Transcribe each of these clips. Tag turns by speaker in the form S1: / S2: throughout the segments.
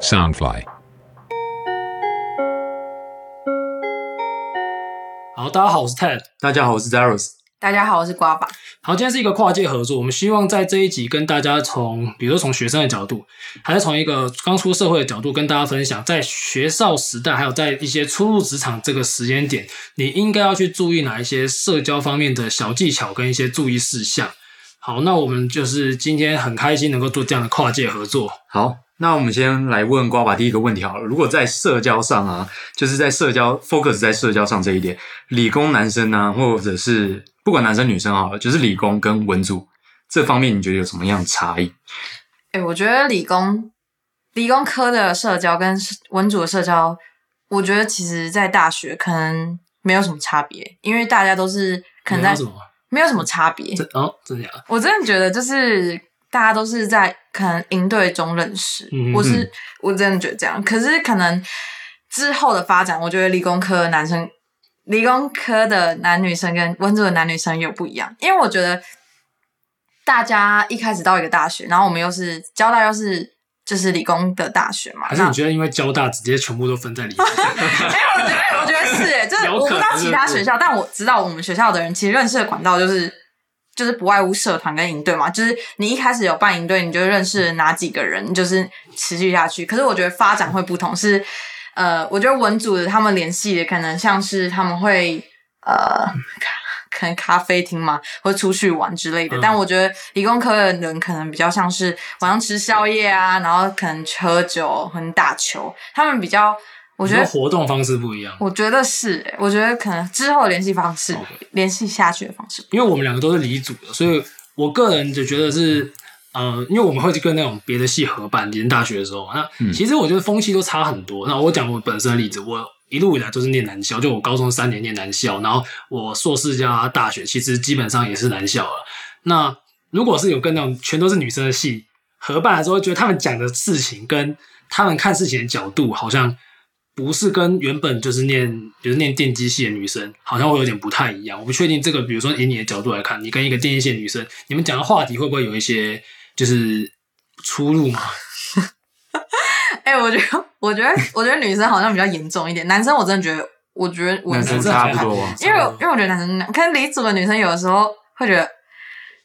S1: Soundfly。
S2: 好，大家好，我是 Ted。
S3: 大家好，我是 Zaros。
S4: 大家好，我是瓜爸。
S2: 好，今天是一个跨界合作，我们希望在这一集跟大家从，比如说从学生的角度，还是从一个刚出社会的角度，跟大家分享，在学校时代，还有在一些初入职场这个时间点，你应该要去注意哪一些社交方面的小技巧跟一些注意事项。好，那我们就是今天很开心能够做这样的跨界合作。
S3: 好，那我们先来问瓜爸第一个问题好了。如果在社交上啊，就是在社交 focus 在社交上这一点，理工男生呢、啊，或者是不管男生女生好了，就是理工跟文组这方面，你觉得有什么样的差异？
S4: 哎、我觉得理工理工科的社交跟文组的社交，我觉得其实在大学可能没有什么差别，因为大家都是可能
S2: 你要
S4: 在
S2: 什么？
S4: 没有什么差别。
S2: 这哦，真的假的？
S4: 我真的觉得就是大家都是在可能营队中认识，
S2: 嗯
S4: 我是我真的觉得这样。可是可能之后的发展，我觉得理工科的男生、理工科的男女生跟文组的男女生又不一样，因为我觉得大家一开始到一个大学，然后我们又是交大又是就是理工的大学嘛，
S2: 还是
S4: 那
S2: 你觉得因为交大直接全部都分在里面？
S4: 哎、我觉得，我觉得是、哎，就是
S2: 有
S4: 我不
S2: 可
S4: 知
S2: 能
S4: 道其他学校，但我知道我们学校的人其实认识的管道就是就是不外乎社团跟营队嘛，就是你一开始有办营队，你就认识了哪几个人，你就是持续下去。可是我觉得发展会不同，是呃，我觉得文组的他们联系的可能像是他们会呃。可能咖啡厅嘛，或出去玩之类的。
S2: 嗯
S4: 但我觉得理工科的人可能比较像是晚上吃宵夜啊，然后可能喝酒、很打球，他们比较， 我觉
S2: 你
S4: 得
S2: 说活动方式不一样。
S4: 我觉得是、欸，我觉得可能之后联系方式
S3: 哦
S2: OK，
S4: 联系下去的方式。
S2: 因为我们两个都是理组的，所以我个人就觉得是，呃，因为我们会去跟那种别的系合办，连大学的时候嘛，那其实我觉得风气都差很多。那我讲我本身的例子，我一路以来都是念南校，就我高中三年念南校，然后我硕士加大学，其实基本上也是南校了。那如果是有跟那种全都是女生的戏合办的时候，会觉得他们讲的事情跟他们看事情的角度，好像不是跟原本就是念比如念电机系的女生，好像会有点不太一样。我不确定这个，比如说以你的角度来看，你跟一个电机系的女生，你们讲的话题会不会有一些就是出入 嘛？
S4: 哎、我觉得，我觉得，我觉得女生好像比较严重一点，男生我真的觉得，我觉得我
S3: 男生差不多啊
S4: 因为我因为我觉得男生，可能理组的女生有的时候会觉得，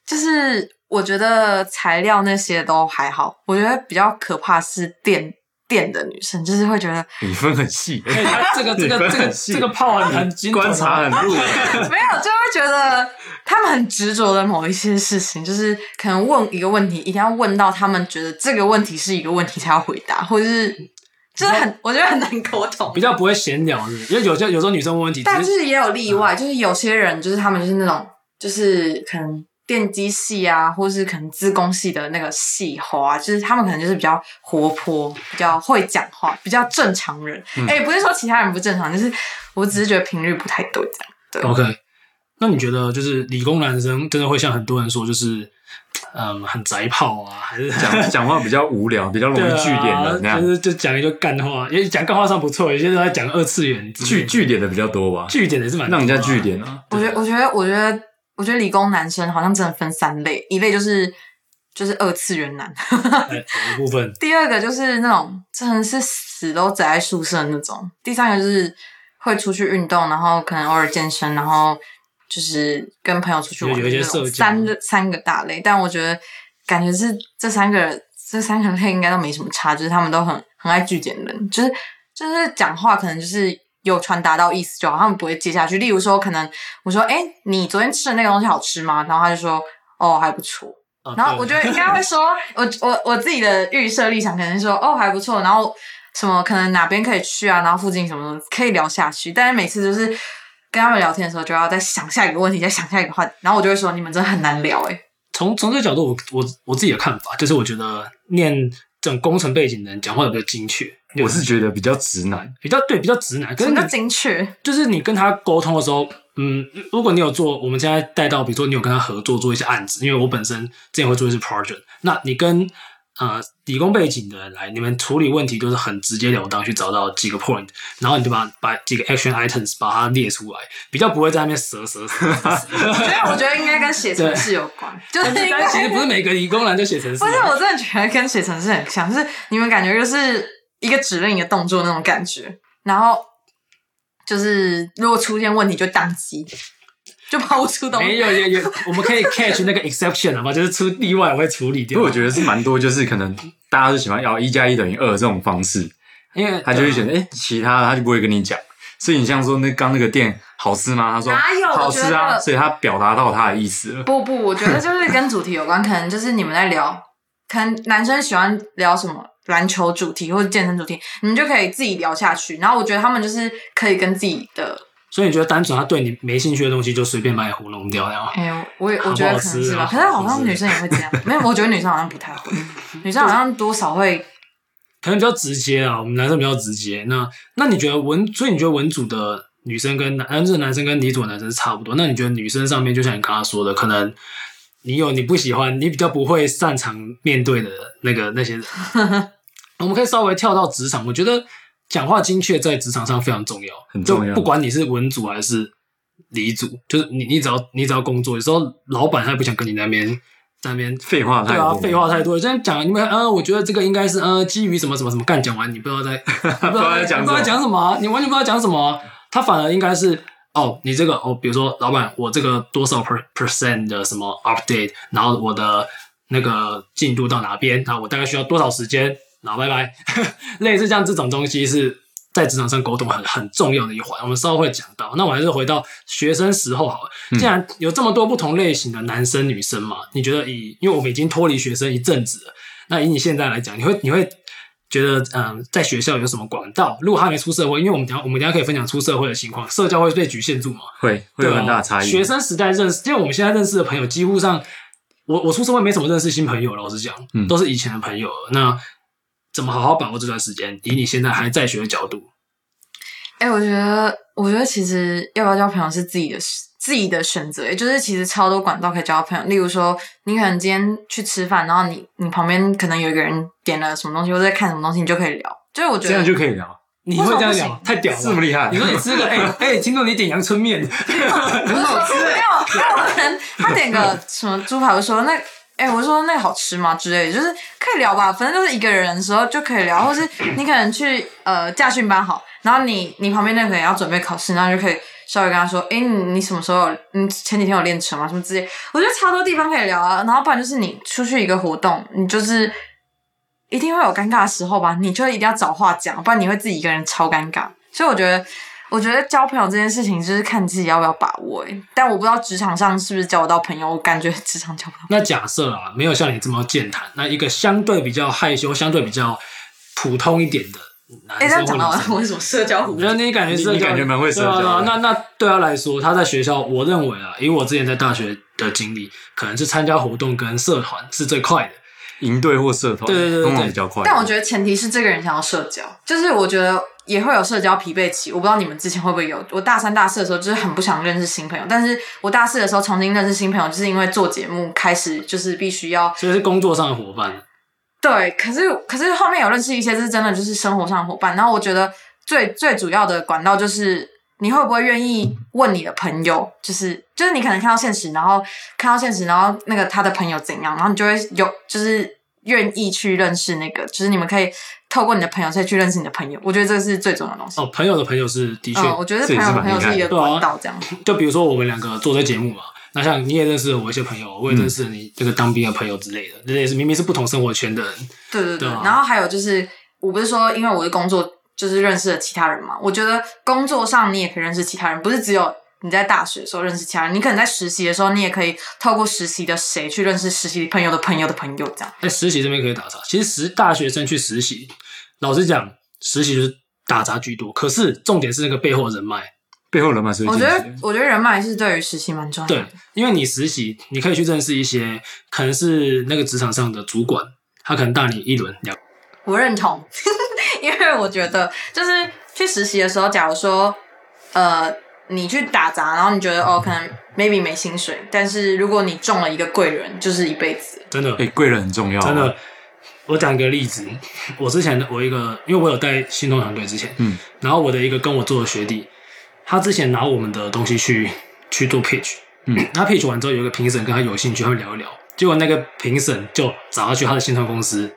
S4: 就是我觉得材料那些都还好，我觉得比较可怕是电电的女生，就是会觉得
S3: 你分很细，
S2: 哎他这个这个这个这个炮很很精准啊
S3: 观察很入微。
S2: 啊
S4: 没有，就会觉得他们很执着的某一些事情，就是可能问一个问题，一定要问到他们觉得这个问题是一个问题才要回答，或者是就是很，我觉得很难沟通
S2: 比。较不会闲聊是不是因为有些有时候女生问问题，
S4: 但
S2: 只是
S4: 是嗯也有例外，就是有些人就是他们就是那种就是可能电机系啊，或是可能资工系的那个系花、啊，就是他们可能就是比较活泼，比较会讲话，比较正常人。哎、不是说其他人不正常，就是我只是觉得频率不太对这样。对
S2: OK。那你觉得就是理工男生真的会像很多人说，就是嗯很宅炮啊，还是
S3: 讲讲话比较无聊，比较容
S2: 对
S3: 易聚点的那
S2: 啊，就
S3: 样，
S2: 是就讲一句干话，也讲干话算不错，有些人还讲二次元之类
S3: 聚
S2: 的
S3: 聚点的比较多吧，
S2: 据点也是蛮
S3: 让人家
S2: 据
S3: 聚点啊。
S4: 我觉得，我觉得，我觉得，我觉得理工男生好像真的分三类，一类就是就是二次元男，
S2: 有一部分
S4: 第二个就是那种真的是死都宅在宿舍那种，第三个就是会出去运动，然后可能偶尔健身，然后就是跟朋友出去玩，
S2: 有有一些
S4: 那种
S2: 社交
S4: 三个三个大类，但我觉得感觉是这三个这三个类应该都没什么差，就是他们都很很爱拒点人，就是就是讲话可能就是有传达到意思就好，他们不会接下去。例如说，可能我说：“哎、你昨天吃的那个东西好吃吗？”然后他就说：“哦，还不错。”
S2: 啊
S4: 然后我觉得应该会说，我我我自己的预设立场可能是说，哦还不错，然后什么可能哪边可以去啊，然后附近什么可以聊下去。但是每次就是跟他们聊天的时候，就要再想下一个问题，再想下一个话题，然后我就会说你们真的很难聊哎、
S2: 从从这个角度，我我我自己的看法就是，我觉得念这种工程背景的人讲话比较精确，
S3: 我是觉得比较直男，
S2: 比较对比较直男，
S4: 欸，
S2: 可
S4: 什
S2: 是
S4: 么
S2: 你
S4: 叫精确？
S2: 就是你跟他沟通的时候，嗯，如果你有做，我们现在带到，比如说你有跟他合作做一些案子，因为我本身之前会做一些 project，那你跟呃理工背景的人来，你们处理问题都是很直截了当去找到几个 point，然后你就把把几个 action items 把它列出来，比较不会在那边蛇蛇蛇。
S4: 所以我觉得应该跟写程式有关，就是应
S2: 但
S4: 该
S2: 其实不是每个理工男都写成是
S4: 不是，我真的觉得跟写程式很像，就是你们感觉就是一个指令一个动作那种感觉。然后就是如果出现问题就宕机，就抛不出东
S2: 没
S4: 西。
S2: 有有有，我们可以 catch 那个 exception 好吗？就是出例外我会处理
S3: 因
S2: 掉。
S3: 为我觉得是蛮多，就是可能大家都喜欢哦要一加一等于二这种方式，
S2: 因为
S3: 他就会选哎、诶其他的他就不会跟你讲。所以你像说那刚那个店好吃吗？他说
S4: 哪有
S3: 好
S4: 我觉
S3: 吃
S4: 得
S3: 啊，所以他表达到他的意思了。
S4: 不不，我觉得就是跟主题有关，可能就是你们在聊，可能男生喜欢聊什么篮球主题或者健身主题，你们就可以自己聊下去。然后我觉得他们就是可以跟自己的，
S2: 所以你觉得单纯他对你没兴趣的东西就随便把你糊弄掉，然后
S4: 哎、呦，我也
S2: 好
S4: 我觉得
S2: 不好
S4: 可能
S2: 吃
S4: 是吧
S2: 啊，
S4: 可是好
S2: 好不好
S4: 像
S2: 吃
S4: 女生也会这样，没有，我觉得女生好像不 太会，女生好像多少会，
S2: 可能比较直接啊。我们男生比较直接。那那你觉得文，所以你觉得文组的女生跟男，男生男生跟理组的男生是差不多？那你觉得女生上面，就像你刚刚说的，可能你有你不喜欢，你比较不会擅长面对的那个那些人。我们可以稍微跳到职场，我觉得讲话精确在职场上非常重要，
S3: 很重要
S2: 就不管你是文组还是理组，就是你你只要你只要工作，有时候老板他也不想跟你那边那边
S3: 废话太
S2: 对
S3: 多
S2: 啊
S3: 了，，
S2: 废话太多了。现在讲你们，呃，我觉得这个应该是呃，基于什么什么什么干，讲完你不知道在你不知道
S3: 在讲
S2: 你不知道
S3: 什么
S2: 在讲什么啊、你完全不知道讲什么啊、他反而应该是哦，你这个哦，比如说老板，我这个多少 per percent 的什么 update，然后我的那个进度到哪边，然后我大概需要多少时间，然后拜 拜。类似像这种东西是在职场上沟通很很重要的一环，我们稍后会讲到。那我还是回到学生时候好了。既然有这么多不同类型的男生女生嘛，你觉得以因为我们已经脱离学生一阵子了，那以你现在来讲，你会你会觉得嗯，在学校有什么管道？如果他还没出社会，因为我们等一下我们等一下可以分享出社会的情况，社交会被局限住嘛？
S3: 会会
S2: 对
S3: 有
S2: 啊，
S3: 很大的差异。
S2: 学生时代认识，因为我们现在认识的朋友，几乎上我我出社会没怎么认识新朋友，老实讲，
S3: 嗯
S2: 都是以前的朋友了。那怎么好好把握这段时间？以你现在还在学的角度，
S4: 哎、我觉得，我觉得其实要不要交朋友是自己的事自己的选择，也就是其实超多管道可以交到朋友。例如说，你可能今天去吃饭，然后你你旁边可能有一个人点了什么东西，或者在看什么东西，你就可以聊。就是我觉
S3: 这
S4: 得
S3: 样就可以聊，
S2: 你会这样
S4: 为什
S2: 聊
S4: 么，
S2: 太屌
S3: 这么
S2: 了！
S3: 厉害
S2: 你。说你吃个哎哎、听说你点阳春面，
S4: 很好吃。没欸有，那我可能他点个什么猪排，我说那。哎、我说那个好吃吗？之类的，就是可以聊吧，反正就是一个人的时候就可以聊，或是你可能去呃驾训班好，然后你你旁边那个人要准备考试，然后就可以稍微跟他说，哎、你你什么时候有？你前几天有练车吗？什么之类，我觉得超多地方可以聊啊。然后不然就是你出去一个活动，你就是一定会有尴尬的时候吧，你就一定要找话讲，不然你会自己一个人超尴尬。所以我觉得，我觉得交朋友这件事情就是看你自己要不要把握、欸。但我不知道职场上是不是交得到朋友，我感觉职场交不到。
S2: 那假设啊，没有像你这么健谈，那一个相对比较害羞、相对比较普通一点的男
S4: 哎、这
S2: 生
S4: 样
S2: 或
S4: 讲
S2: 女
S4: 到
S2: 生，
S4: 我为什么社交
S2: 我
S4: 虎
S2: 觉？得你感觉社交
S3: 你你感觉蛮会社交的
S2: 对啊对啊那那对他来说，他在学校，我认为啊，以我之前在大学的经历，可能是参加活动跟社团是最快的。
S3: 营队或社团，
S2: 对对对对
S3: 通常比较快。
S4: 但我觉得前提是这个人想要社交，就是我觉得也会有社交疲惫期。我不知道你们之前会不会有。我大三、大四的时候就是很不想认识新朋友，但是我大四的时候重新认识新朋友，就是因为做节目开始，就是必须要
S2: 所以是工作上的伙伴，
S4: 对，可是可是后面有认识一些是真的就是生活上的伙伴，然后我觉得最最主要的管道就是你会不会愿意问你的朋友，就是就是你可能看到现实，然后看到现实，然后那个他的朋友怎样，然后你就会有就是愿意去认识那个，就是你们可以透过你的朋友再去认识你的朋友，我觉得这是最重要的东西。
S2: 哦，朋友的朋友是的确，
S4: 嗯，我觉得
S3: 这
S4: 朋
S3: 也
S4: 友的
S3: 是蛮
S4: 朋友
S3: 厉害
S4: 是一个
S2: 的对啊
S4: 管道，这样。
S2: 就比如说我们两个做这节目嘛，那像你也认识了我一些朋友，我
S3: 嗯
S2: 也认识了你这个当兵的朋友之类的，这也是明明是不同生活圈的人，
S4: 对对
S2: 对
S4: 对，
S2: 啊
S4: 然后还有就是，我不是说因为我的工作就是认识了其他人嘛，我觉得工作上你也可以认识其他人，不是只有你在大学的时候认识其他人，你可能在实习的时候，你也可以透过实习的谁去认识实习朋友的朋友的朋友，这样。
S2: 在实习这边可以打杂。其实实大学生去实习，老实讲，实习就是打杂居多，可是重点是那个背后的人脉。
S3: 背后人脉是会
S4: 我觉
S3: 进
S4: 得
S3: 行，
S4: 我觉得人脉是对于实习蛮重要
S2: 对
S4: 的。，
S2: 因为你实习，你可以去认识一些可能是那个职场上的主管，他可能大你一轮两，
S4: 我认同，因为我觉得就是去实习的时候，假如说呃你去打杂，然后你觉得哦可能 maybe 没薪水，但是如果你中了一个贵人，就是一辈子。
S2: 真的
S3: 哎，贵人很重要，
S2: 真的。我讲一个例子，我之前我一个，因为我有带新东团队之前，
S3: 嗯，
S2: 然后我的一个跟我做的学弟，他之前拿我们的东西去去做 pitch，
S3: 嗯，
S2: 他 pitch 完之后，有一个评审跟他有兴趣，他们聊一聊，结果那个评审就找他去他的新创公司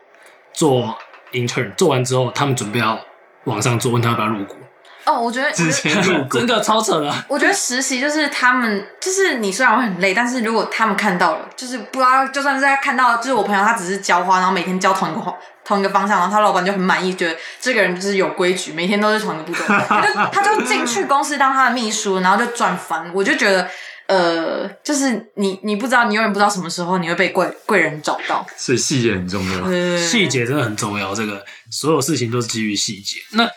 S2: 做 intern，做完之后他们准备要往上做，问他要不要入股，
S4: 哦，我觉得，我觉
S3: 之
S4: 得
S3: 前入 股
S2: 真的超扯的。
S4: 我觉得实习就是他们，就是你虽然会很累，但是如果他们看到了，就是不知道，就算是他看到，就是我朋友他只是浇花，然后每天浇同一个花同一个方向，然后他老板就很满意，觉得这个人就是有规矩，每天都是同一个步骤，他就他就进去公司当他的秘书，然后就赚翻。我就觉得，呃，就是你你不知道，你永远不知道什么时候你会被贵贵人找到。
S3: 所以细节很重要。
S4: 对
S2: 细，节真的很重要，这个所有事情都是基于细节。那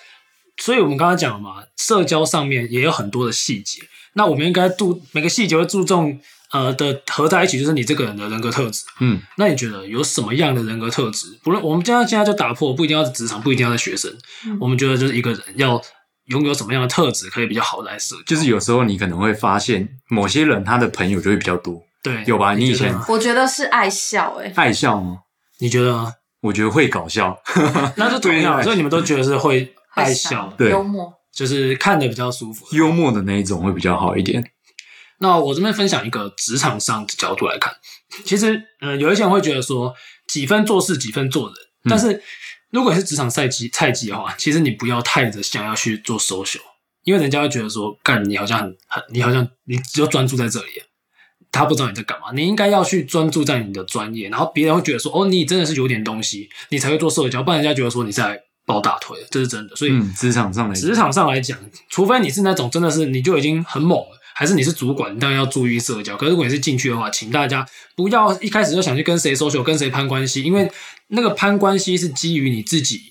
S2: 所以我们刚刚讲了嘛，社交上面也有很多的细节。那我们应该注每个细节会注重呃的合在一起，就是你这个人的人格特质。
S3: 嗯，
S2: 那你觉得有什么样的人格特质？不论我们现在现在就打破，不一定要是职场，不一定要是学生。我们觉得就是一个人要拥有什么样的特质，可以比较好来社交，
S3: 就是有时候你可能会发现某些人他的朋友就会比较多，
S2: 对
S3: 有吧？你以
S2: 觉得
S3: 前
S2: 呢
S4: 我觉得是爱笑、欸，哎，
S3: 爱笑吗？
S2: 你觉得呢？
S3: 我觉得会搞笑，
S2: 那就同 样，所以你们都觉得是会爱笑，
S3: 对
S4: 幽默，
S2: 就是看的比较舒服。
S3: 幽默的那一种会比较好一点。
S2: 那我这边分享一个职场上的角度来看，其实嗯、呃有一些人会觉得说几分做事几分做人，但是如果你是职场菜鸡菜鸡的话，其实你不要太着想要去做 social，因为人家会觉得说，干你好像很很你好像你只有专注在这里。他不知道你在干嘛，你应该要去专注在你的专业，然后别人会觉得说，哦，你真的是有点东西，你才会做社交，不然人家觉得说你在抱大腿，这是真的。所以，
S3: 嗯，职场上来
S2: 职场上来讲，除非你是那种真的是你就已经很猛了，还是你是主管，你当然要注意社交。可是如果你是进去的话，请大家不要一开始就想去跟谁 social，跟谁攀关系，因为那个攀关系是基于你自己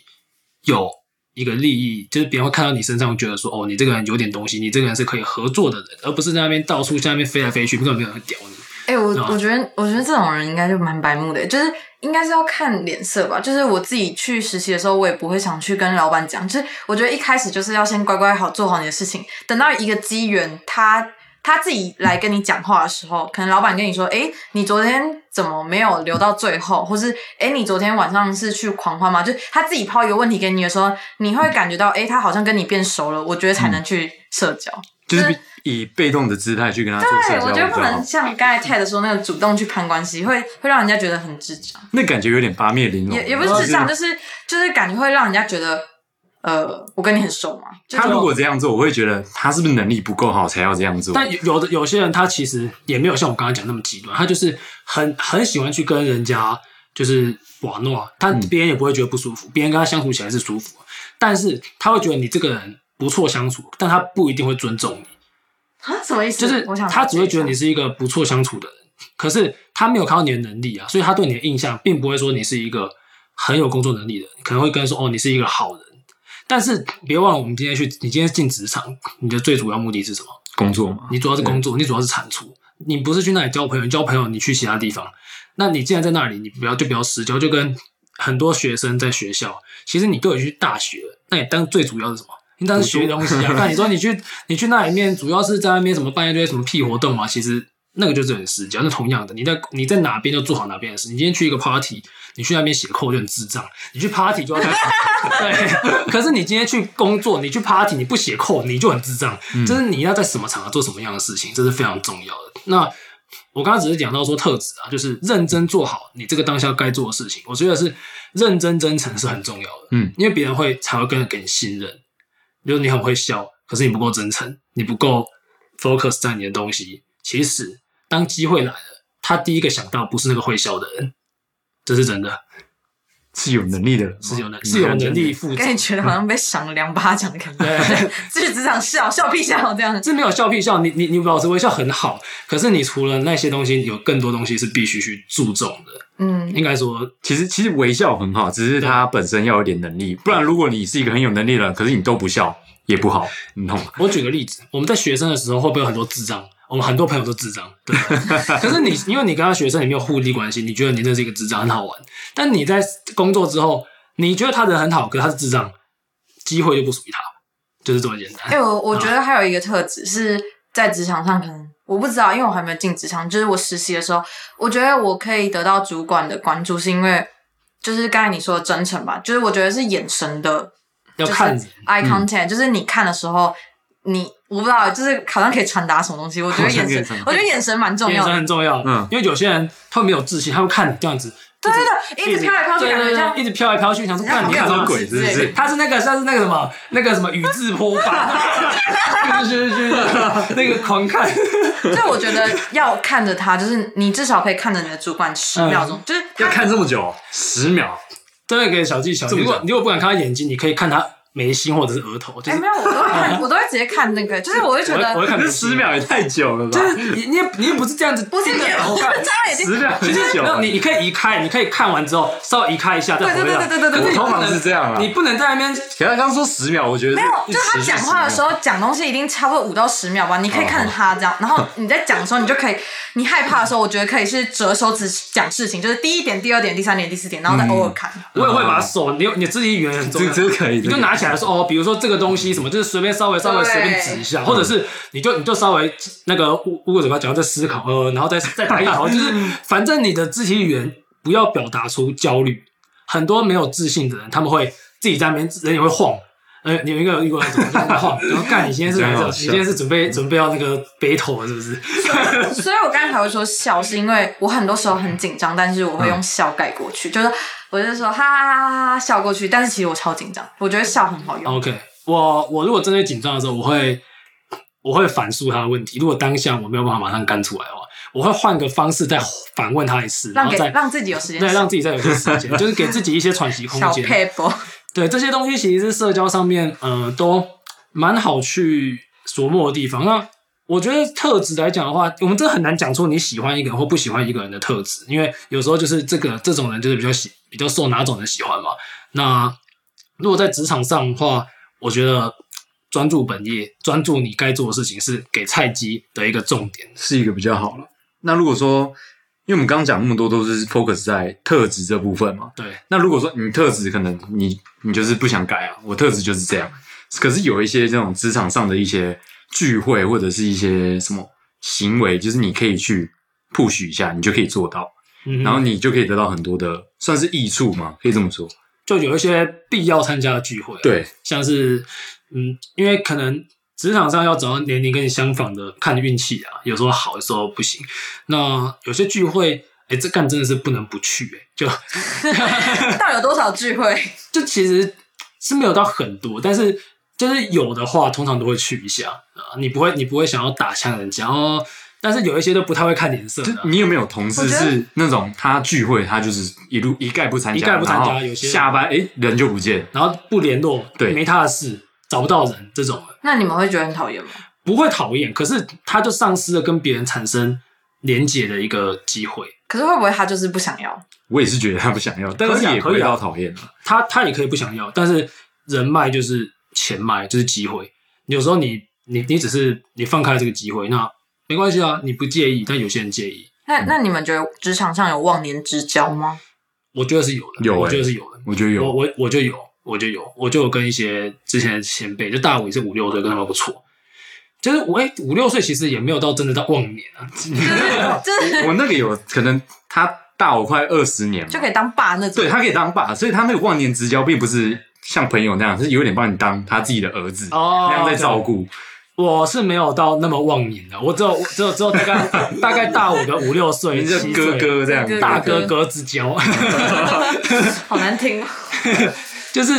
S2: 有一个利益，就是别人会看到你身上，觉得说哦，你这个人有点东西，你这个人是可以合作的人，而不是在那边到处在那边飞来飞去，根本没有人会屌你。
S4: 哎、我
S2: 对吧
S4: 我觉得，我觉得这种人应该就蛮白目的，就是应该是要看脸色吧。就是我自己去实习的时候，我也不会想去跟老板讲，就是我觉得一开始就是要先乖乖好做好你的事情，等到一个机缘，他他自己来跟你讲话的时候，可能老板跟你说，哎、你昨天怎么没有留到最后，或是哎、诶你昨天晚上是去狂欢吗？就是他自己抛一个问题给你的时候，你会感觉到，哎、他好像跟你变熟了，我觉得
S2: 嗯
S4: 才能去社交。
S3: 就是比以被动的姿态去跟他做社
S4: 对，
S3: 交，
S4: 我觉得
S3: 比
S4: 不
S3: 较
S4: 能
S3: 好
S4: 像刚才 Ted 说那个主动去攀关系，会会让人家觉得很智障，
S3: 那感觉有点八面玲珑，
S4: 也也不是智障，就是就是感觉会让人家觉得，呃，我跟你很熟嘛。就
S3: 他如果这样做，我会觉得他是不是能力不够好才要这样做？
S2: 但有有的有些人他其实也没有像我刚刚讲那么极端，他就是很很喜欢去跟人家就是玩闹，他别人也不会觉得不舒服，别、人跟他相处起来是舒服，但是他会觉得你这个人不错相处，但他不一定会尊重你，
S4: 啊，什么意思？
S2: 就是
S4: 我想
S2: 他只会觉得
S4: 了解
S2: 你
S4: 一下
S2: 是一个不错相处的人，可是他没有看到你的能力啊，所以他对你的印象并不会说你是一个很有工作能力的人，可能会跟他说哦你是一个好人，但是别忘了我们今天去，你今天进职场，你的最主要目的是什么？
S3: 工作嘛，
S2: 你主要是工作，你主要是产出，你不是去那里交朋友，你交朋友你去其他地方。那你既然在那里，你不要就不要私交，就跟很多学生在学校，其实你都有去大学，那你当最主要是什么？你当然是学东西啊。那你说你去你去那里面，主要是在那边什么办一堆什么屁活动啊，其实那个就是很私交。那同样的，你在你在哪边就做好哪边的事。你今天去一个 party，你去那边写扣就很智障，你去 party 就要开对。可是你今天去工作，你去 party 你不写扣你就很智障，就是你要在什么场合做什么样的事情，这是非常重要的。那我刚刚只是讲到说特质啊，就是认真做好你这个当下该做的事情，我觉得是认真真诚是很重要的，
S3: 嗯，
S2: 因为别人会才会跟给你信任。比如你很会笑，可是你不够真诚，你不够 focus 在你的东西。其实当机会来了，他第一个想到不是那个会笑的人，这是真的，
S3: 是有能力的人吗，
S2: 是有能嗯是有能力负责
S4: 跟，你觉得好像被赏了两巴掌的感
S2: 对
S4: 觉，去职场笑笑屁笑这样。
S2: 是没有笑屁笑，你你你保持微笑很好，可是你除了那些东西，有更多东西是必须去注重的。
S4: 嗯，
S2: 应该说，
S3: 其实其实微笑很好，只是他本身要有点能力，不然如果你是一个很有能力的人，可是你都不笑也不 好，你懂吗？
S2: 我举个例子，我们在学生的时候会不会有很多智障？我们很多朋友都智障，对吧。 可是你因为你跟他学生你没有互利关系，你觉得你这是一个智障很好玩，但你在工作之后，你觉得他人很好，可是他是智障，机会就不属于他，就是这么简单。
S4: 哎、我我觉得还有一个特质是在职场上，可能我不知道，因为我还没有进职场。就是我实习的时候，我觉得我可以得到主管的关注，是因为就是刚才你说的真诚吧，就是我觉得是眼神的，
S2: 要看
S4: 就是 eye contact，、就是你看的时候，你我不知道，就是好像可以传达什么东西。我觉得
S3: 好像
S4: 眼
S3: 可以
S4: 神
S3: 传达，
S4: 我觉得眼神蛮重
S2: 眼
S4: 要
S2: 神
S4: 的。
S2: 很重要，
S3: 嗯
S2: 因为有些人他们没有自信，他会看你这样子，
S4: 对对对，一直飘来飘去，
S2: 对
S4: 感觉
S2: 对
S4: 像
S2: 对，一直飘来飘去，想说
S4: 像
S2: 看你
S4: 看
S2: 看
S4: 到
S2: 到
S3: 鬼是不是
S2: 他是那个，他是那个什么，那个什么宇智波法，就是就是就是 那个狂看，
S4: 所以我觉得要看着他，就是你至少可以看着你的主管十秒钟，就是
S3: 要
S4: 他
S3: 看这么久，十秒，
S2: 真的给小技巧。
S3: 这么
S2: 如果
S3: 讲
S2: 你如果不敢看他眼睛，你可以看他眉心或者是额头，就
S4: 哎、
S2: 是
S4: 没有，我都会看，我都会直接看那个，就是我会觉
S2: 我会我会
S4: 得
S2: 看
S3: 这
S2: 眉
S3: 十
S2: 心，
S3: 秒也太久了吧
S2: 就？是你你也你也不是这样子，
S4: 不是
S2: 盯着头 看。
S4: 张眼睛
S3: 十秒很久
S2: 没有，
S3: 了，
S2: 你你可以移开，你可以看完之后稍微移开一下再回来。
S4: 对对对对对对对
S2: 可是你不能
S3: 我通常是这样啊
S2: 你不能在那边
S3: 可他刚说十秒，我觉得
S4: 没有，就是他讲话的哎时
S3: 候，
S4: 候讲东西一定差不多五到十秒吧，你可以看着他这样，然 后你在讲的时候，你就可以，你害怕的时候，我觉得可以是折手指讲事情，就是第一点、第二点、第三点、第四点，然后再偶尔 看。
S2: 我也会把手，你你自己语言很重要，
S3: 啊这这可以
S2: 你
S3: 这
S2: 就
S3: 可以
S2: 拿起来说哦，比如说这个东西什么，就是随便稍微稍微
S4: 对
S2: 随便指一下，或者是你就你就稍微那个捂捂个嘴巴，讲在思考，呃，然后再再打一条， 就是反正你的肢体语言不要表达出焦虑。很多没有自信的人，他们会自己在那边人也会晃。呃，你有一个遇过那种在那边晃，然后干你今天是
S3: 这样好
S2: 你
S3: 笑
S2: 今天是准备准备要那个背头了是不是？
S4: 所以我刚才才会说笑，是因为我很多时候很紧张，但是我会用笑盖过去，就是我就说哈哈哈哈哈笑过去，但是其实我超紧张，我觉得笑很好用。
S2: OK，我我如果针对紧张的时候，我会我会反诉他的问题。如果当下我没有办法马上干出来的话，我会换个方式再反问他一次，然
S4: 让
S2: 后
S4: 给
S2: 再
S4: 让自己有时间
S2: 对让自己再有些时间，就是给自己一些喘息空
S4: 小
S2: 间。
S4: paper，
S2: 对这些东西，其实是社交上面，呃，都蛮好去琢磨的地方。那我觉得特质来讲的话，我们真的很难讲出你喜欢一个人或不喜欢一个人的特质，因为有时候就是这个这种人就是比较喜比较受哪种人喜欢嘛。那如果在职场上的话，我觉得专注本业，专注你该做的事情是给菜鸡的一个重点。
S3: 是一个比较好了。那如果说，因为我们刚刚讲那么多都是 focus 在特质这部分嘛，
S2: 对，
S3: 那如果说你特质可能你你就是不想改啊，我特质就是这样，可是有一些这种职场上的一些聚会或者是一些什么行为，就是你可以去 push 一下，你就可以做到，
S2: 嗯
S3: 然后你就可以得到很多的算是益处嘛，可以这么说。
S2: 就有一些必要参加的聚会、啊，
S3: 对，
S2: 像是嗯，因为可能职场上要找到年龄跟你相仿的，看运气啊，有时候好，有时候不行。那有些聚会，哎、这干真的是不能不去、诶就
S4: 到底有多少聚会？
S2: 就其实是没有到很多，但是就是有的话，通常都会去一下啊、你不会，你不会想要打向人家哦。但是有一些都不太会看脸色
S3: 就
S2: 的啊、
S3: 你有没有同
S4: 我
S3: 事
S4: 觉得
S3: 是那种他聚会他就是一路一概不参加，
S2: 一概不参加
S3: 然后
S2: 有些
S3: 下班诶人就不见了，
S2: 然后不联络，
S3: 对
S2: 没他的事，找不到人这种的。
S4: 那你们会觉得很讨厌吗？
S2: 不会讨厌，可是他就丧失了跟别人产生连结的一个机会。
S4: 可是会不会他就是不想要？
S3: 我也是觉得他不想要，但
S2: 可以
S3: 是
S2: 啊
S3: 也不
S2: 可
S3: 会
S2: 以啊
S3: 到讨厌啊。
S2: 他他也可以不想要，但是人脉就是钱脉，就是机会。有时候你你你只是你放开这个机会，那没关系啊，你不介意，但有些人介意，
S4: 那那你们觉得职场上有忘年之交吗？
S2: 我觉得是有的，
S3: 有欸
S2: 我觉得是有的，
S3: 我觉得
S2: 我
S3: 有，
S2: 我我就有，我就有，我就有跟一些之前的前辈，就大我也是五六岁，跟他们不错。就是我哎，五六岁其实也没有到真的到忘年啊，
S4: 就是
S3: 我那个有可能他大我快二十年嘛，
S4: 就可以当爸那种
S3: 对。他可以当爸，所以他那个忘年之交并不是像朋友那样，是有点把你当他自己的儿子
S2: 哦
S3: 那样在照顾。
S2: 我是没有到那么忘年的，我只有我只有只有大概大概大我个五六岁，
S3: 你这
S2: 七
S3: 哥
S2: 岁
S3: 哥这样
S4: 哥，
S2: 大哥 哥之交，
S4: 好难听哦。
S2: 就是，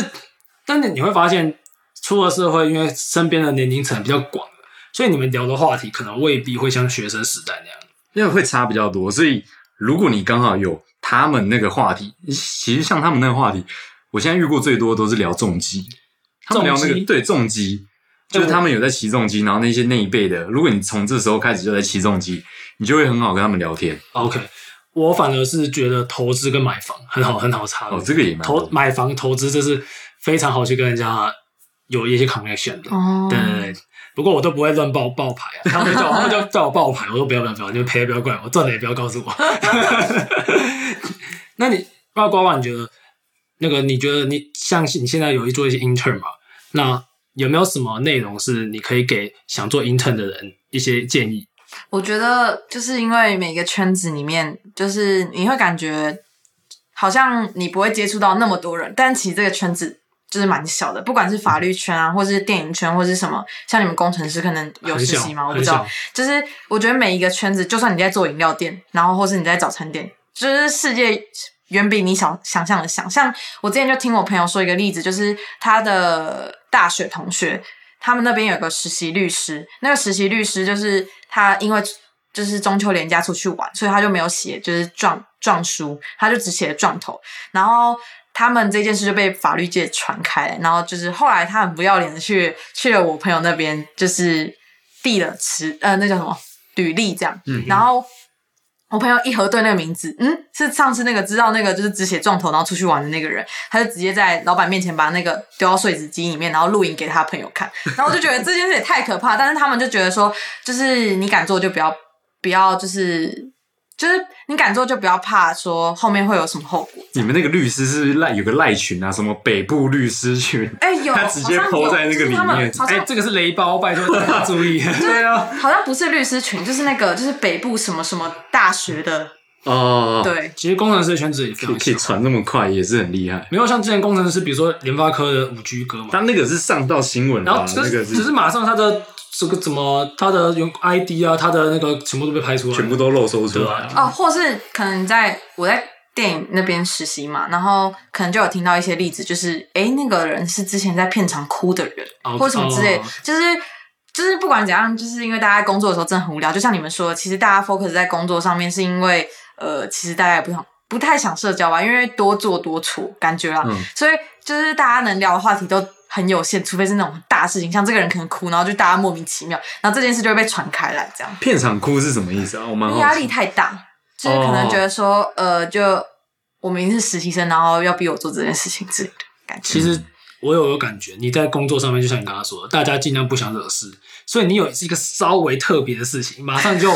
S2: 但是你会发现出了社会，因为身边的年龄层比较广，所以你们聊的话题可能未必会像学生时代那样。
S3: 因为会差比较多，所以如果你刚好有他们那个话题，其实像他们那个话题，我现在遇过最多都是聊重机，他们聊那
S2: 重
S3: 个
S2: 机哎
S3: 对重机，就是他们有在骑重机，然后那些那一辈的，如果你从这时候开始就在骑重机，你就会很好跟他们聊天。
S2: OK，我反而是觉得投资跟买房很好很好差的。
S3: 哦，这个也蛮多
S2: 投
S3: 的
S2: 买房投资这是非常好去跟人家有一些 connection 的。
S4: 哦
S2: 对对对，不过我都不会乱报报牌 啊，他们就叫我他们就叫我报牌，我说不要不要不要，你们赔不要怪我，赚的也不要告 诉我。那你包括瓜瓜，你觉得那个你觉得你像你现在有一做一些 intern 嘛？那有没有什么内容是你可以给想做 intern 的人一些建议？
S4: 我觉得就是因为每个圈子里面，就是你会感觉好像你不会接触到那么多人，但其实这个圈子就是蛮小的，不管是法律圈啊，或是电影圈，或是什么，像你们工程师可能有
S2: 很
S4: 实
S2: 小
S4: 习吗？我不
S2: 很
S4: 知道
S2: 小。，
S4: 就是我觉得每一个圈子，就算你在做饮料店，然后或是你在早餐店，就是世界远比你想想象的想。像我之前就听我朋友说一个例子，就是他的大学同学，他们那边有个实习律师，那个实习律师就是他因为就是中秋连假出去玩，所以他就没有写就是状状书，他就只写了状头，然后。他们这件事就被法律界传开了，然后就是后来他很不要脸的去去了我朋友那边，就是递了辞呃那叫什么履历这样，
S3: 嗯
S4: 然后我朋友一核对那个名字，嗯，是上次那个知道那个就是只写撞头然后出去玩的那个人，他就直接在老板面前把那个丢到碎纸机里面，然后录影给他朋友看，然后我就觉得这件事也太可怕，但是他们就觉得说，就是你敢做就不要不要就是。就是你敢做，就不要怕说后面会有什么后果。
S3: 你们那个律师是不是赖有个赖群啊，什么北部律师 群，
S4: 哎、有
S3: 他直接
S4: 好像有
S3: po 在那个
S4: 就是他们
S3: 里面
S4: 好像
S2: 哎、这个是雷包，拜托大家注 意。
S3: 对啊，
S4: 好像不是律师群，就是那个就是北部什么什么大学的，
S3: 哦，
S4: 对，
S2: 其实工程师的圈子也非
S3: 可
S2: 常
S3: 以可以
S2: 小，
S3: 传那么快也是很厉害。
S2: 没有像之前工程师，比如说联发科的五 G 歌嘛，
S3: 但那个是上到新闻了
S2: 然
S3: 啊
S2: 后，只
S3: 那
S2: 是
S3: 个
S2: 只是
S3: 是
S2: 马上他的这个怎么他的用 ID 啊，他的那个全部都被排除了，
S3: 全部都漏搜出
S2: 对
S3: 来
S2: 啊
S3: 了。
S4: 哦，或是可能在我在电影那边实习嘛，然后可能就有听到一些例子，就是诶，那个人是之前在片场哭的人，
S2: 哦
S4: 或者什么之类
S2: 哦，
S4: 就是。就是不管怎样，就是因为大家工作的时候真的很无聊，就像你们说，其实大家 focus 在工作上面，是因为呃，其实大家也不想不太想社交吧，因为多做多错感觉啦，
S3: 嗯
S4: 所以就是大家能聊的话题都很有限，除非是那种大事情，像这个人可能哭，然后就大家莫名其妙，然后这件事就会被传开来，这样。
S3: 片场哭是什么意思啊？我蛮好奇
S4: 压力太大，就是可
S2: 哦
S4: 能觉得说，呃，就我明明是实习生，然后要逼我做这件事情之类的感觉。
S2: 其实我有有感觉，你在工作上面，就像你刚刚说的，大家尽量不想惹事，所以你有一个稍微特别的事情，马上 就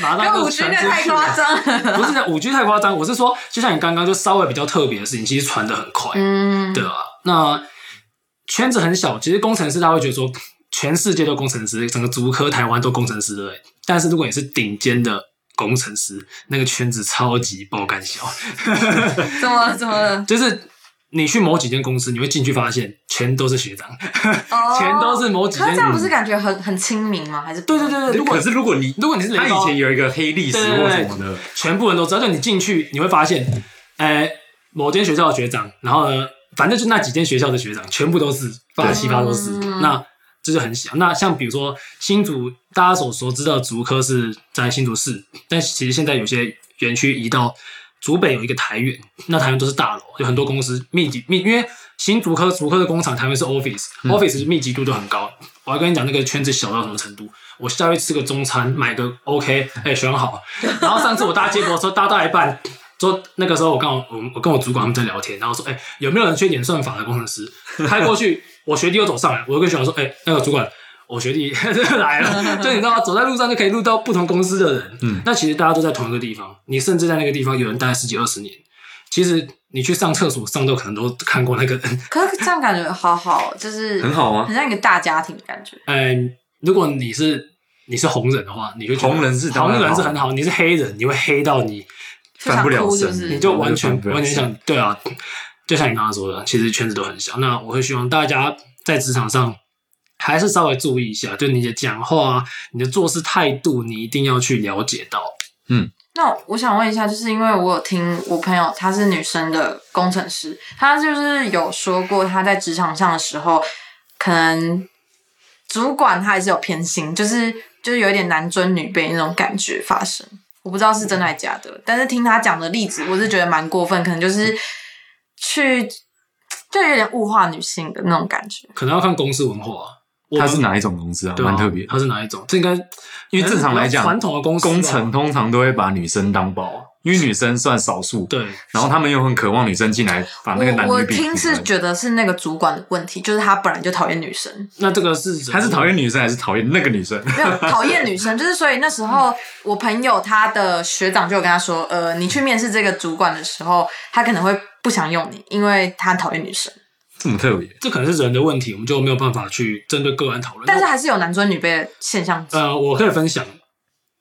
S2: 马上
S4: 跟
S2: 就
S4: 五 G
S2: 传
S4: 那
S2: 出
S4: 太
S2: 去
S4: 夸
S2: 了。
S4: 张了，
S2: 不是的，五 G 太夸张，我是说，就像你刚刚就稍微比较特别的事情，其实传的很快，
S4: 嗯，
S2: 对啊。那圈子很小，其实工程师大家会觉得说，全世界都工程师，整个竹科台湾都工程师对不对。但是如果你是顶尖的工程师，那个圈子超级爆干小，
S4: 怎么了怎么了？
S2: 就是你去某几间公司，你会进去发现全都是学长，
S4: 哦
S2: 全都是某几
S4: 可
S2: 间
S4: 是这样不是感觉很很亲民吗？还是
S2: 对对对对，如果
S3: 可是如果你
S2: 如果你是雷
S3: 他
S2: 包
S3: 以前有一个黑历史
S2: 对对
S3: 或
S2: 对
S3: 什么的，
S2: 全部人都知道，就你进去你会发现，哎、某间学校的学长，然后呢，反正就那几间学校的学长，全部都是八
S3: 对
S2: 七八都是，
S4: 嗯
S2: 那这就很小。那像比如说新竹，大家所熟知的竹科是在新竹市，但其实现在有些园区移到竹北有一个台园，那台园都是大楼，有很多公司密集密，因为新竹科竹科的工厂台园是 office，office、密集度都很高。我还跟你讲那个圈子小到什么程度，我下去吃个中餐，买个 OK，哎、选好。然后上次我搭接驳车搭到一半，说那个时候我刚好我我跟我主管他们在聊天，然后说，哎、有没有人缺演算法的工程师？开过去， 我学弟又走上来，我又跟学长说，哎、那个主管。我学弟 来了，就你知道吗？走在路上就可以录到不同公司的人。
S3: 嗯，
S2: 那其实大家都在同一个地方，你甚至在那个地方有人待十几二十年。其实你去上厕所上都可能都看过那个人。
S4: 可是这样感觉好好，就是
S3: 很好啊
S4: 很像一个大家庭的感觉。
S2: 嗯，如果你是你是红人的话，你就觉得
S3: 红人是当
S2: 红
S3: 然
S2: 人是
S3: 好
S2: 很好。你是黑人，你会黑到你
S4: 就想
S3: 翻不了
S4: 哭是不
S3: 身
S4: 是？
S2: 你就完
S3: 嗯那
S2: 全
S3: 就翻不了
S2: 完全
S3: 身
S2: 想对啊，就像你刚刚说的，其实圈子都很小。那我会希望大家在职场上还是稍微注意一下，就你的讲话、啊、你的做事态度，你一定要去了解到。
S4: 那我想问一下，就是因为我有听我朋友，她是女生的工程师，她就是有说过，她在职场上的时候，可能主管她还是有偏心，就是就是有点男尊女卑那种感觉发生。我不知道是真的还是假的，但是听她讲的例子，我是觉得蛮过分，可能就是去就有点物化女性的那种感觉。
S2: 可能要看公司文化啊，我
S3: 他
S2: 们
S3: 是哪一种公司啊？
S2: 对啊
S3: 蛮特别的，
S2: 他是哪一种？这应该
S3: 因为正常来讲，
S2: 传统的公司啊吧
S3: 工程通常都会把女生当宝啊，因为女生算少数。，
S2: 对
S3: 然后他们又很渴望女生进来，把那个男
S4: 我我
S3: 女比平
S4: 听是
S3: 衡。
S4: 觉得是那个主管的问题，就是他本来就讨厌女生，
S2: 那这个是
S3: 他是讨厌女生还是讨厌那个女生？
S4: 没有讨厌女生， 就是所以那时候我朋友他的学长就有跟他说，呃，你去面试这个主管的时候，他可能会不想用你，因为他讨厌女生，
S2: 呃
S3: 这么特别？
S2: 这可能是人的问题，我们就没有办法去针对个案讨论。
S4: 但是还是有男尊女卑的现象，
S2: 呃，我可以分享，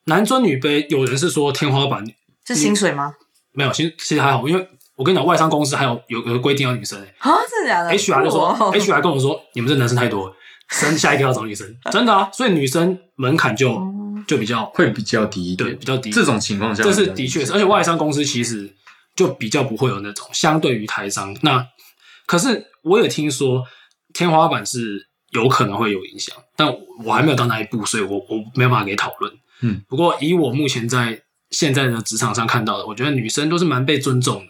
S2: 男尊女卑，有人是说天花板，
S4: 是薪水吗？
S2: 没有，其实其实还好，因为我跟你讲，外商公司还有有有规定要女生、欸
S4: 啊，真的假的
S2: HR 就说、
S4: 哇
S2: HR 跟我说，你们这男生太多了，生下一个要找女生，真的啊，所以女生门槛就就比较
S3: 会比较低一点，
S2: 对比较低，
S3: 这种情况下，
S2: 这是的确是，而且外商公司其实就比较不会有那种，相对于台商，那可是我也听说天花板是有可能会有影响，但我还没有到那一步，所以我我没有办法给讨论。
S3: 嗯，
S2: 不过以我目前在现在的职场上看到的，我觉得女生都是蛮被尊重的。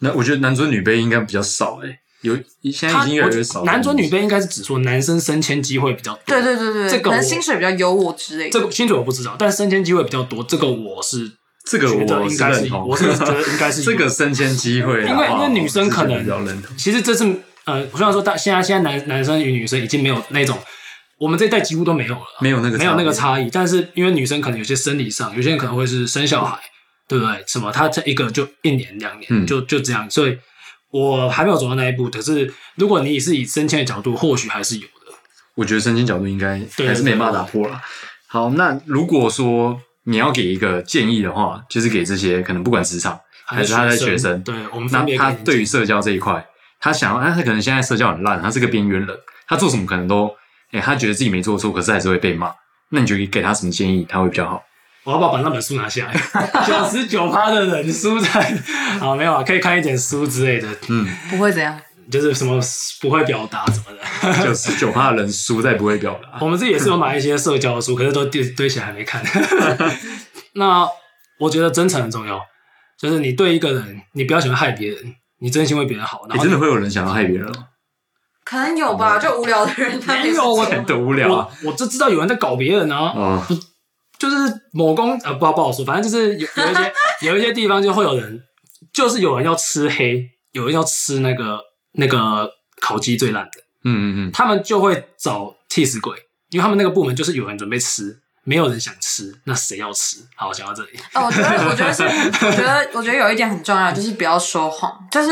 S3: 那我觉得男尊女卑应该比较少哎、有现在已经越来越
S2: 他
S3: 少了。
S2: 我男尊女卑应该是指说男生升迁机会比较多。
S4: 对对对对，
S2: 这个
S4: 可
S2: 我
S4: 能薪水比较优渥之类的。
S2: 这个薪水我不知道，但升迁机会比较多，这个我是
S3: 这个
S2: 觉得
S3: 我
S2: 应
S3: 是
S2: 该
S3: 认
S2: 是，
S3: 同，
S2: 我是觉得应该是
S3: 这个升迁机会啦，
S2: 因为因为女生可
S3: 我是觉得比较认
S2: 能
S3: 同，
S2: 其实这是呃，我虽然说大现在现在男男生与女生已经没有那种，我们这一代几乎都没有了，
S3: 没有那个
S2: 啊没有那个
S3: 差
S2: 差异，但是因为女生可能有些生理上，有些人可能会是生小孩，对不对？什么她这一个就一年两年，
S3: 嗯
S2: 就就这样，所以我还没有走到那一步。可是如果你是以升迁的角度，或许还是有的。
S3: 别，我觉得升迁角度应该
S2: 对
S3: 还是没办法打破了。好，那如果说你要给一个建议的话，就是给这些可能不管职场还是他在学生，
S2: 对我们分
S3: 那
S2: 别
S3: 他
S2: 给你
S3: 对于社交这一块，他想要，那他可能现在社交很烂，他是个边缘人，他做什么可能都，哎、他觉得自己没做错，可是还是会被骂。那你觉得给他什么建议，他会比较好？
S2: 我要不要把那本书拿下来？ 九十九趴的人书在，啊没有啊，可以看一点书之类的，
S3: 嗯
S4: 不会怎样，
S2: 就是什么不会表达什么的。
S3: 九十九趴的人输在不会表达。
S2: 我们自己也是有买一些社交的书，可是都堆堆起来还没 看。那我觉得真诚很重要，就是你对一个人，你不要喜欢害别人，你真心为别人好。然
S3: 你、
S2: 后
S3: 哎真的会有人想要害别人吗？
S4: 可能有吧，就无聊的人他
S2: 没有哦我
S3: 很无聊啊！
S2: 我我就知道有人在搞别人啊，
S3: 哦，
S2: 就是某公呃不好不好说，反正就是有有一 些有一些地方就会有人，就是有人要吃黑，有人要吃那个那个烤鸡最烂的，
S3: 嗯嗯嗯，
S2: 他们就会找替死鬼，因为他们那个部门就是有人准备吃，没有人想吃，那谁要吃？好，讲到这里。
S4: 哦，我觉得，我觉得是，我觉得，我觉得有一点很重要，就是不要说谎。就是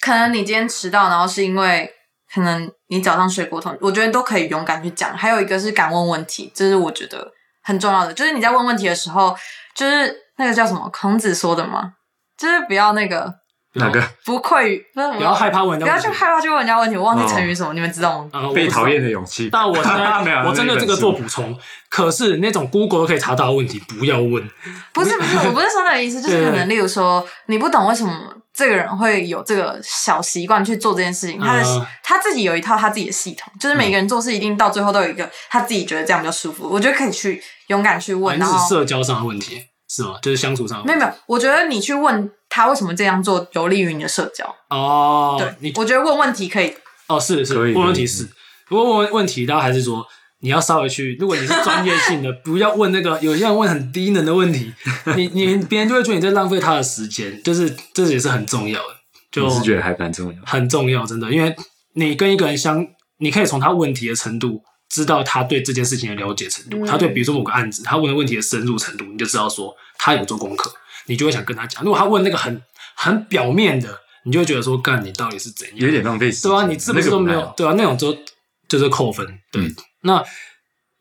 S4: 可能你今天迟到，然后是因为可能你早上睡过头，我觉得都可以勇敢去讲。还有一个是敢问问题，这是我觉得很重要的。就是你在问问题的时候，就是那个叫什么孔子说的嘛，就是不要那个
S2: 啊
S3: 哪个
S4: 不愧于不是
S2: 不要害怕问
S4: 不
S2: 到
S4: 要去害怕去问人家问题。嗯我忘记成语什么，你们知道吗？
S2: 呃
S3: 被讨。厌的勇气？
S2: 但我真
S3: 没有啊
S2: 的，我针对这个做
S3: 那
S2: 补充。可是那种 Google 都可以查到的问题，不要问。
S4: 不是不是，我不是说那个意思，就是可
S2: 对
S4: 能例如说，你不懂为什么这个人会有这个小习惯去做这件事情，他的、
S2: 嗯
S4: 他自己有一套他自己的系统，就是每个人做事一定到最后都有一个他自己觉得这样比较舒服。我觉得可以去勇敢去问，
S2: 反正
S4: 然
S2: 啊是
S4: 后
S2: 社交上的问题，是吗？就是相处上的
S4: 没
S2: 问
S4: 有
S2: 题。
S4: 没有，我觉得你去问他为什么这样做有利于你的社交。
S2: 哦，
S4: 对
S2: 你，
S4: 我觉得问问题 可以，
S2: 哦是是，
S3: 可以嗯
S2: 问问题
S3: 可以
S2: 是。如果问问题，大家还是说你要稍微去，如果你是专业性 的，不要问那个有些人问很低能的问题，你你别人就会觉得你在浪费他的时间，就是这也是很重要的。就
S3: 我是觉得还蛮重要的。
S2: 很重要，真的，因为你跟一个人相，你可以从他问题的程度知道他对这件事情的了解程度，
S4: 嗯
S2: 他对比如说某个案子，他问的问题的深入程度，你就知道说他有做功课，你就会想跟他讲。如果他问那个很很表面的，你就会觉得说，干你到底是怎样？
S3: 有点浪费时间，
S2: 对啊，你是不是都没
S3: 那
S2: 有？
S3: 个不太好
S2: 对啊，那种就就是扣分。对，
S3: 嗯
S2: 那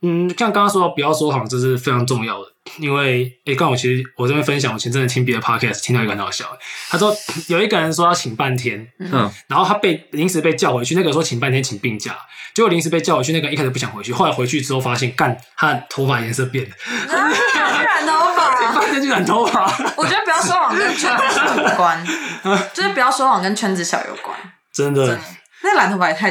S2: 嗯，像刚刚说到不要说谎，这是非常重要的，因为诶，刚、好我其实我这边分享，我前阵子听别的 podcast 听到一个很好笑的，他说有一个人说要请半天，
S3: 嗯，
S2: 然后他被临时被叫回去，那个说请半天请病假，结果临时被叫回去，那个一开始不想回去，后来回去之后发现，干他的头发颜色变了，
S4: 啊染头发。
S2: 半天去染头发，
S4: 我觉得不要说谎跟圈子小有关，就是不要说谎跟圈子小有关。
S2: 真
S4: 真
S2: 的
S4: 的，那染头发也太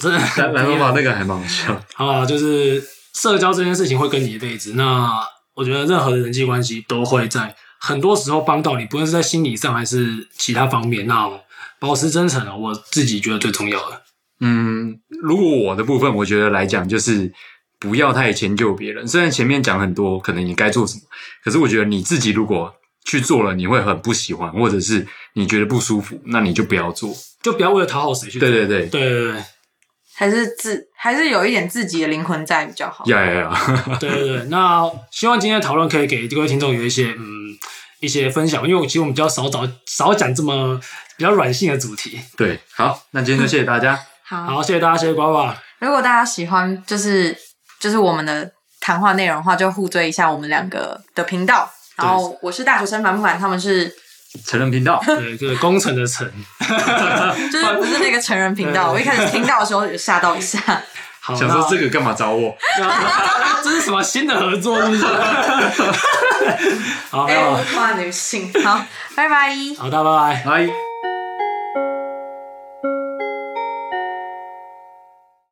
S2: 真的
S3: 蓝蓝头发那个还蛮好笑。
S2: 好啊，就是社交这件事情会跟你一辈子。那我觉得任何的人际关系都会在很多时候帮到你，不论是在心理上还是其他方面。那保持真诚啊，我自己觉得最重要的。
S3: 嗯，如果我的部分，我觉得来讲就是不要太迁就别人。虽然前面讲很多，可能你该做什么，可是我觉得你自己如果去做了，你会很不喜欢，或者是你觉得不舒服，那你就不要做。
S2: 就不要为了讨好谁去做。
S3: 对对对，
S2: 对对对
S4: 还是自还是有一点自己的灵魂在比较好。
S3: 呀呀呀，
S2: 对对对，那希望今天的讨论可以给各位听众有一些嗯一些分享，因为我其实我们比较少找少讲这么比较软性的主题。
S3: 对，好，那今天就谢谢大家，
S4: 好，
S2: 好，谢谢大家，谢谢呱呱，
S4: 如果大家喜欢就是就是我们的谈话内容的话，就互追一下我们两个的频道。然后我是大学生烦不烦，他们是
S3: 成人频道，
S2: 对，就是工程的程。
S4: 就是不是那个成人频道。我一开始听到的时候有吓到一下，
S2: 好，
S3: 想说这个干嘛找我？
S2: 那 这是什么新的合作？是不是？ 好，哦
S4: 哎，我跨女性，好，拜拜。
S2: 好，大家拜拜。
S3: 来。